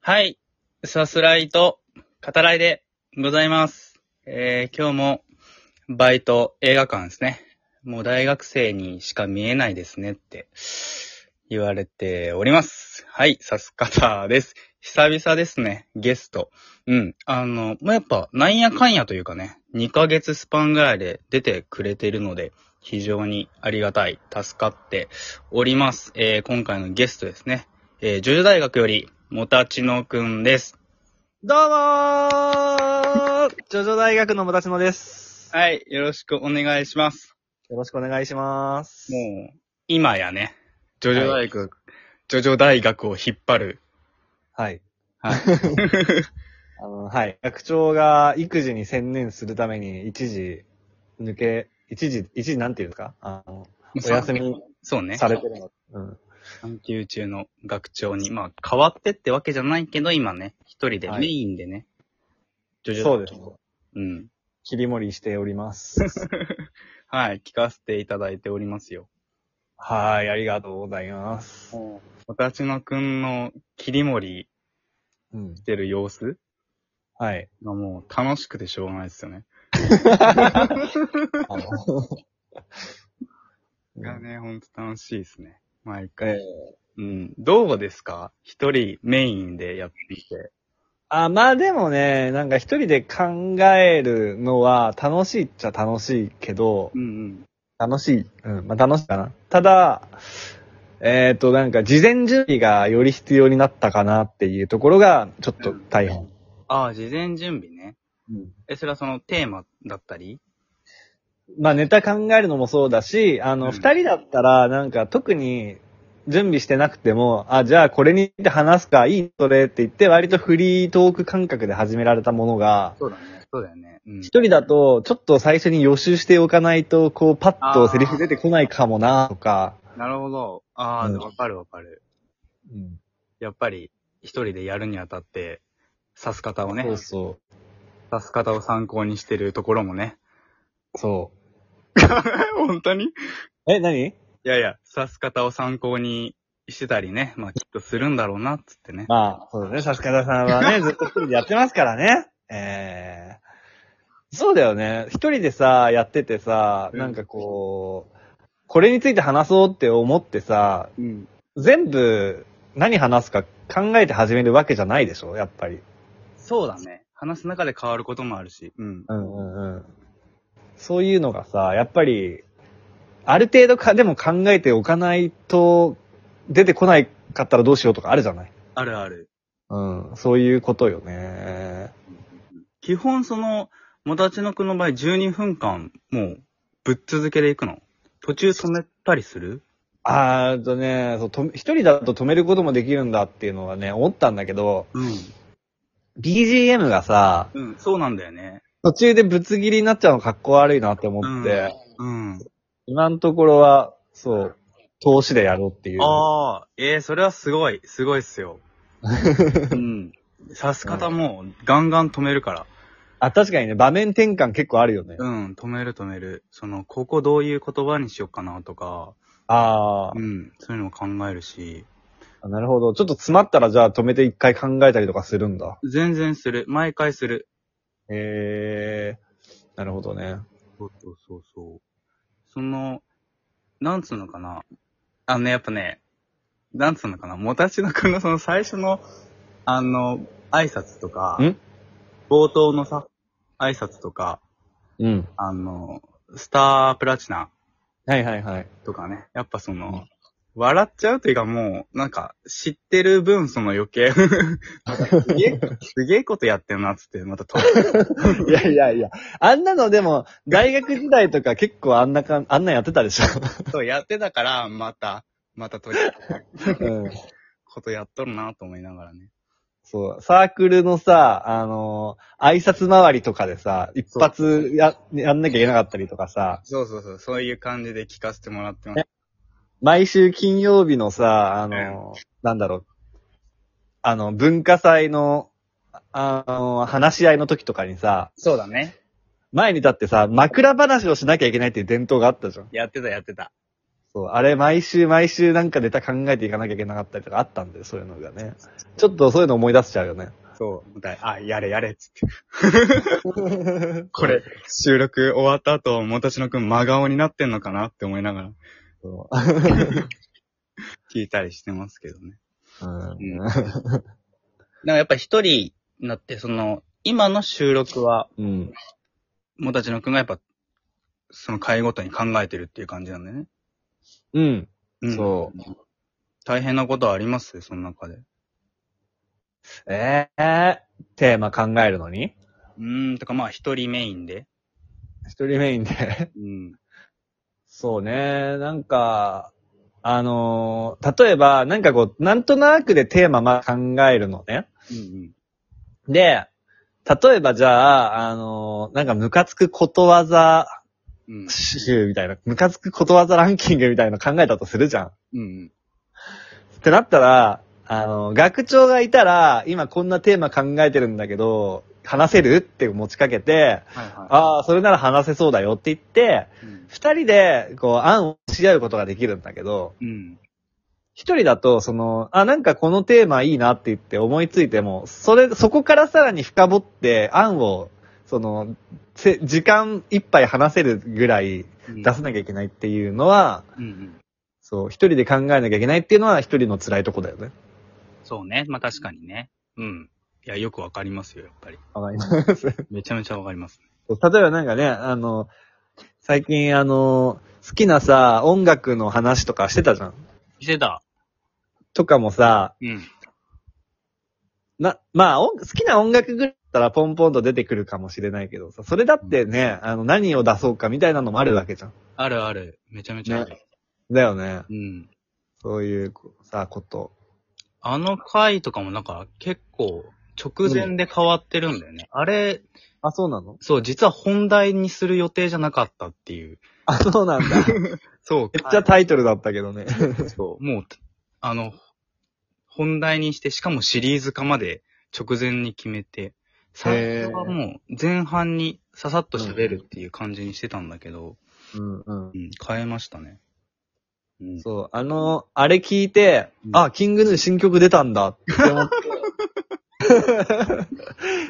はい。さすらいと、語らいでございます。えー、今日も、バイト、映画館ですね。もう大学生にしか見えないですねって、言われております。はい、さす方です。久々ですね、ゲスト。うん。あの、まあ、やっぱ、なんやかんやというかね、2ヶ月スパンぐらいで出てくれているので、非常にありがたい、助かっております。えー、今回のゲストですね。えー、ジョジョ大学より、もたちのくんです。どうもージョジョ大学のもたちのです。はい、よろしくお願いします。よろしくお願いします。もう、今やね、ジョジョ大学、ジョジョ大学を引っ張る。はい。はい。 あの、はい。学長が育児に専念するために一時抜け、一時、一時なんていうんですかあの、お休みそうね。されてるの。うん。産休中の学長に、まあ、変わってってわけじゃないけど、今ね、一人ではいメインでね、ジョジョそうです。うん。切り盛りしており ます。はい、聞かせていただいておりますよ。はーい、ありがとうございます。私のくんの切り盛りうんし。てる様子はい。がもう楽しくてしょうがないですよね。 あのがね、ほんと楽しいですね。毎え回。ーうん。どうですか一人メインでやってみて。あ、まあでもね、なんか一人で考えるのは楽しいっちゃ楽しいけど、うんうん。楽しい。うん、まあ楽しいかな。ただ、えっ、と、なんか事前準備がより必要になったかなっていうところが、ちょっと大変。ああ、事前準備ね。え、それはそのテーマだったりまあネタ考えるのもそうだし、あうんの、二、人だったら、なんか特に準備してなくても、あ、じゃあこれについて話すか、いいそれって言って、割とフリートーク感覚で始められたものが、そうだね。そうだよね。うん。一人だと、ちょっと最初に予習しておかないと、こう、パッとセリフ出てこないかもな、とか。なるほど。ああ、うんわ、かるわかる。うん。やっぱり、一人でやるにあたって、指す方をね、そう指そす方を参考にしてるところもね。う。そ。本当にいうえ、何やいや、指す方を参考にしてたりね。まあ、きっとするんだろうな、つ ってね。まあ、そうだね。さすがさんは ね、ずっと一人でやってますからね。ええそうだよね。一人でさ、やっててさ、うんなんかこう、これについて話そうって思ってさ、うん。全部何話すか考えて始めるわけじゃないでしょ、やっぱり。そうだね。話す中で変わることもあるし。うん。うんうんうん。そういうのがさ、やっぱり、ある程度か、でも考えておかないと、出てこないかったらどうしようとかあるじゃないあるある。うん。そういうことよね。基本その、もたちのくの場合12分間、もう、ぶっ続けでいくの途中止めたりするあーっとね、そうと一人だと止めることもできるんだっていうのはね、思ったんだけど、うん。 BGM がさ、うん、そうなんだよね。途中でぶつ切りになっちゃうのかっこ悪いなって思って、うん。今のところは、そう、投資でやろうっていう。ああ、ええそれはすごい、すごいっす よ。うん。刺す方も、ガンガン止めるから。あ、確かにね、場面転換結構あるよね。うん、止める止める。その、ここどういう言葉にしようかなとか、あうん、そういうのも考えるし、あ、なるほど。ちょっと詰まったらじゃあ止めて一回考えたりとかするんだ。全然する。毎回する。へえ、なるほどね。そうそうそうそう。その、なんつうのかな。あのね、やっぱね、なんつうのかな。もたちのくんのその最初の、あの、挨拶とかん、冒頭のさ、挨拶とか、うん。あの、スタープラチナはいはいはい。とかね。やっぱその、うん笑っちゃうというかもう、なんか、知ってる分、その余計、なんかすげえ、すげえことやってんな、つって、また飛ぶ。 いやいやいや。あんなのでも、大学時代とか結構あんなかん、あんなんやってたでし ょ。そうやってたから、また、また取り、うん。ことやっとるな、と思いながらね。そう。サークルのさ、あのー挨拶回りとかでさ、一発や、やんなきゃいけなかったりとかさ、そうそうそう、そういう感じで聞かせてもらってます。毎週金曜日のさ、あのーなんだろう、あの、文化祭の、あのー話し合いの時とかにさ、そうだね。前に立ってさ、枕話をしなきゃいけないっていう伝統があったじゃん。やってた、やってた。そう、あれ毎週毎週なんかネタ考えていかなきゃいけなかったりとかあったんで、そういうのがね。ちょっとそういうの思い出しちゃうよね。そう、だいあ、やれやれっつって。 これ、収録終わった後、もたしのくん真顔になってんのかなって思いながらそう。 聞いたりしてますけどね。うん。なんかやっぱ一人になって、その、今の収録は、うん。もたちのくんがやっぱ、その回ごとに考えてるっていう感じなんでね。うん。うんそう。大変なことはありますその中で。えー、テーマ考えるのにうーん、とかまあ一人メインで。一人メインで。うん。そうね、なんか、あのー例えば、なんかこう、なんとなくでテーマまあ考えるのね。うんで、例えばじゃあ、あのーなんかムカつくことわざうん。うん。集みたいな、ムカつくことわざランキングみたいなの考えたとするじゃん。っうん。てなったら、あの、学長がいたら、今こんなテーマ考えてるんだけど、話せるって持ちかけて、はいはああ、それなら話せそうだよって言って、い。うん二人で、こう、案をし合うことができるんだけど、うん。一人だと、その、あ、なんかこのテーマいいなって言って思いついても、それ、そこからさらに深掘って、案を、その、せ時間いっぱい話せるぐらいうん。出さなきゃいけないっていうのは、うんうん。そう、一人で考えなきゃいけないっていうのは一人の辛いとこだよね。そうね。まあ確かにね。うん。いや、よくわかりますよ、やっ ぱり。わかります。例えめちゃめちゃわかります。ばなんかね、あの、最近あの、好きなさ、音楽の話とかしてたじゃん。してた。とかもさ、うん。な、まあ、音好きな音楽ぐらいだったらポンポンと出てくるかもしれないけどさ、それだってね、あの、何を出そうかみたいなのもあるわけじゃん。あるある。めちゃめちゃある。だよね。うん。そういう、こうさ、こと。あの回とかもなんか結構直前で変わってるんだよね。あれ、あ、そうなのそう、実は本題にする予定じゃなかったっていう。あ、そうなんだ。 めっそう、ちゃタイトルだったけどね。そう、もう、あの、本題にして、しかもシリーズ化まで直前に決めて、最初はもう前半にささっと喋るっていう感じにしてたんだけど、うんうんう。ん、変えましたね。うん、そう、あの、あれ聞いて、うんあ、キングヌー新曲出たん だって思って、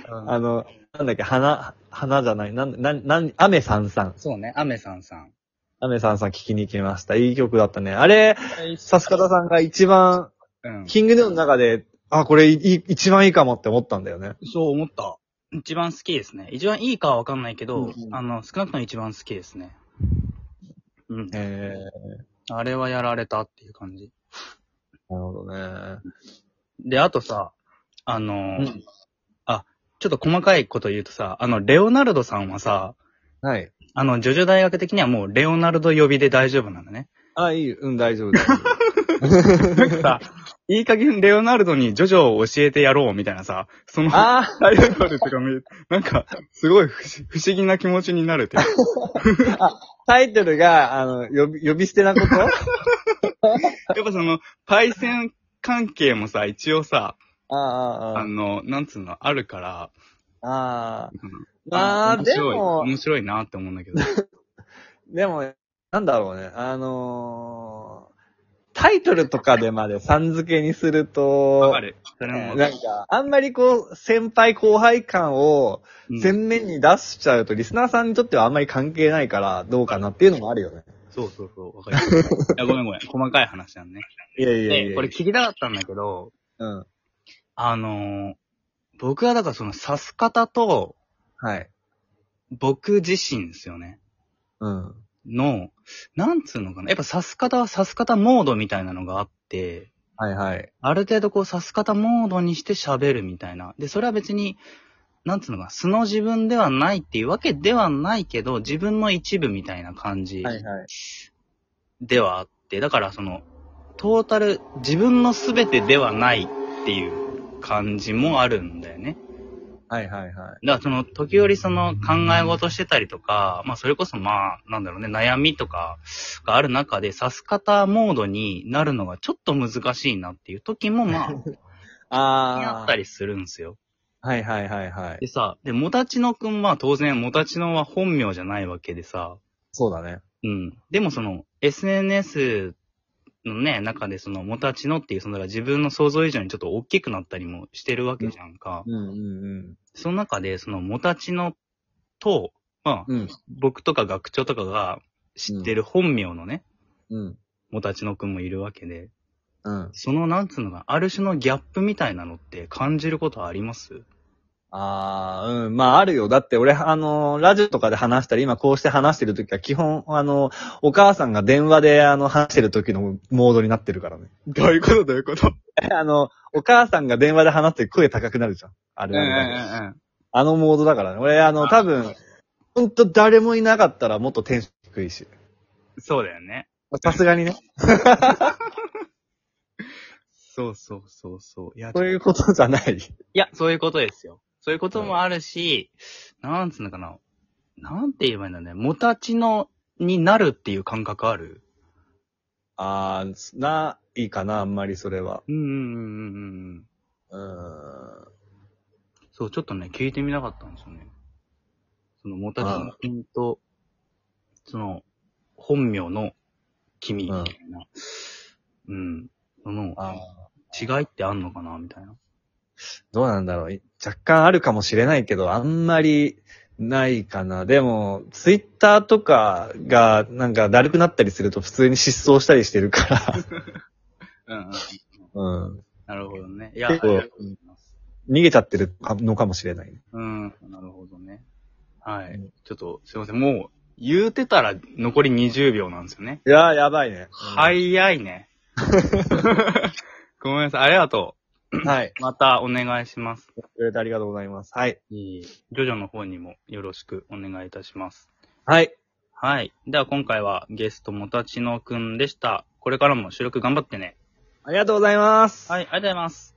あの、なんだっけ、花、花じゃない、なん、なん、なん、雨さんさん。そうね、アメさんさん。雨さんさん聞きに来ました。いい曲だったね。あれ、さす方さんが一番、うん。キングヌーの中で、あ、これいい、一番いいかもって思ったんだよね。そう思った。一番好きですね。一番いいかはわかんないけど、うんうんあの、少なくとも一番好きですね。うん。えあれはやられたっていう感じ。ー、なるほどね。で、あとさ、あのーうんあ、ちょっと細かいこと言うとさ、あの、レオナルドさんはさ、はい。あの、ジョジョ大学的にはもうレオナルド呼びで大丈夫なんだね。あ、いい、うん、大丈夫だ。なんかさ、いい加減レオナルドにジョジョを教えてやろうみたいなさ、その、 あタイトルとか見るなんか、すごい不思不思議な気持ちになる っていう。ー、タイトルが、あの、呼び、呼び捨てな ことやっぱその、パイセン関係もさ、一応さ、ああ、あああ、の、なんつうの、あるから、ああ。ああのー面で白い、も、面白いなって思うんだけど。でも、なんだろうね。あのータイトルとかでまでさん付けにするわとか、る。それもわかなるんか、あんまりこう、先輩後輩感をうん前面に出しちゃうと、リスナーさんにとってはあんまり関係ないから、どうかなっていうのもあるよね。そうそうそう、わかりました。いや、ごめんごめん。細かい話なんね。いやいやいやいで、や。これ聞きたかったんだけど、うん。あのー僕はだからその刺す方と、はい。僕自身ですよね。うん。の、なんつうのかな。やっぱ刺す方は刺す方モードみたいなのがあって、はいはい。ある程度こう刺す方モードにして喋るみたいな。で、それは別に、なんつうのかな、素の自分ではないっていうわけではないけど、自分の一部みたいな感じ。はいはい。ではあって、だからその、トータル、自分の全てではないっていう感じもあるんだよね。はいはいはだい。からその、時折その考え事してたりとか、まあそれこそまあ、なんだろうね、悩みとかがある中で、刺す方モードになるのがちょっと難しいなっていう時も まあ、ああったりするんですよ。あ。はいはいはいはい。でさ、で、もたちのくんは当然、もたちのは本名じゃないわけでさ、そうだね。うん。でもその、SNS のね、中でその、もたちのっていう、その、だから自分の想像以上にちょっと大きくなったりもしてるわけじゃんか。うんうんその中で、その、もたちのと、まあ、うん。うん。僕とか学長とかが知ってる本名のね、うん。もたちのくんもいるわけで、うん。その、なんつうのが、ある種のギャップみたいなのって感じることありますああ、うん。まあ、あるよ。だって、俺、あの、ラジオとかで話したり、今こうして話してる時は、基本、あの、お母さんが電話で、あの、話してる時のモードになってるからね。どういうことどういうこと あの、お母さんが電話で話して声高くなるじゃん。あうんれうんうあれだけどん。あのモードだからね。俺、あの、多分、ほんと誰もいなかったらもっとテンション低いし。そうだよね。さすがにね。そうそうそうそう。いや、そういうことじゃない。いや、そういうことですよ。そういうこともあるし、なんつうのかな。なんて言えばいいんだろうね。もたちの、になるっていう感覚ある あー、ないかな、あんまりそれは。うんうんうんうんうん。うーん。そう、ちょっとね、聞いてみなかったんですよね。その、もたちの君と、その、本名の君みたいな。うん。その、あー違いってあんのかなみたいな。どうなんだろう。い若干あるかもしれないけど、あんまりないかな。でも、ツイッターとかが、なんか、だるくなったりすると普通に失踪したりしてるから。うん、うん。 うん。なるほどね。いや、結構ありがとうございます。逃げちゃってるのかもしれない。うん、なるほどね。はい。うんちょっと、すいません。もう、言うてたら残り20秒なんですよね。いやー、やばいね。い。早い ね。ごめんなさい。ありがとはい。う。またお願いします。くれてありがとうございます。はい。ジョジョの方にもよろしくお願いいたします。はい。はい。では今回はゲストもたちのくんでした。これからも収録頑張ってね。ありがとうございます。はい、ありがとうございます。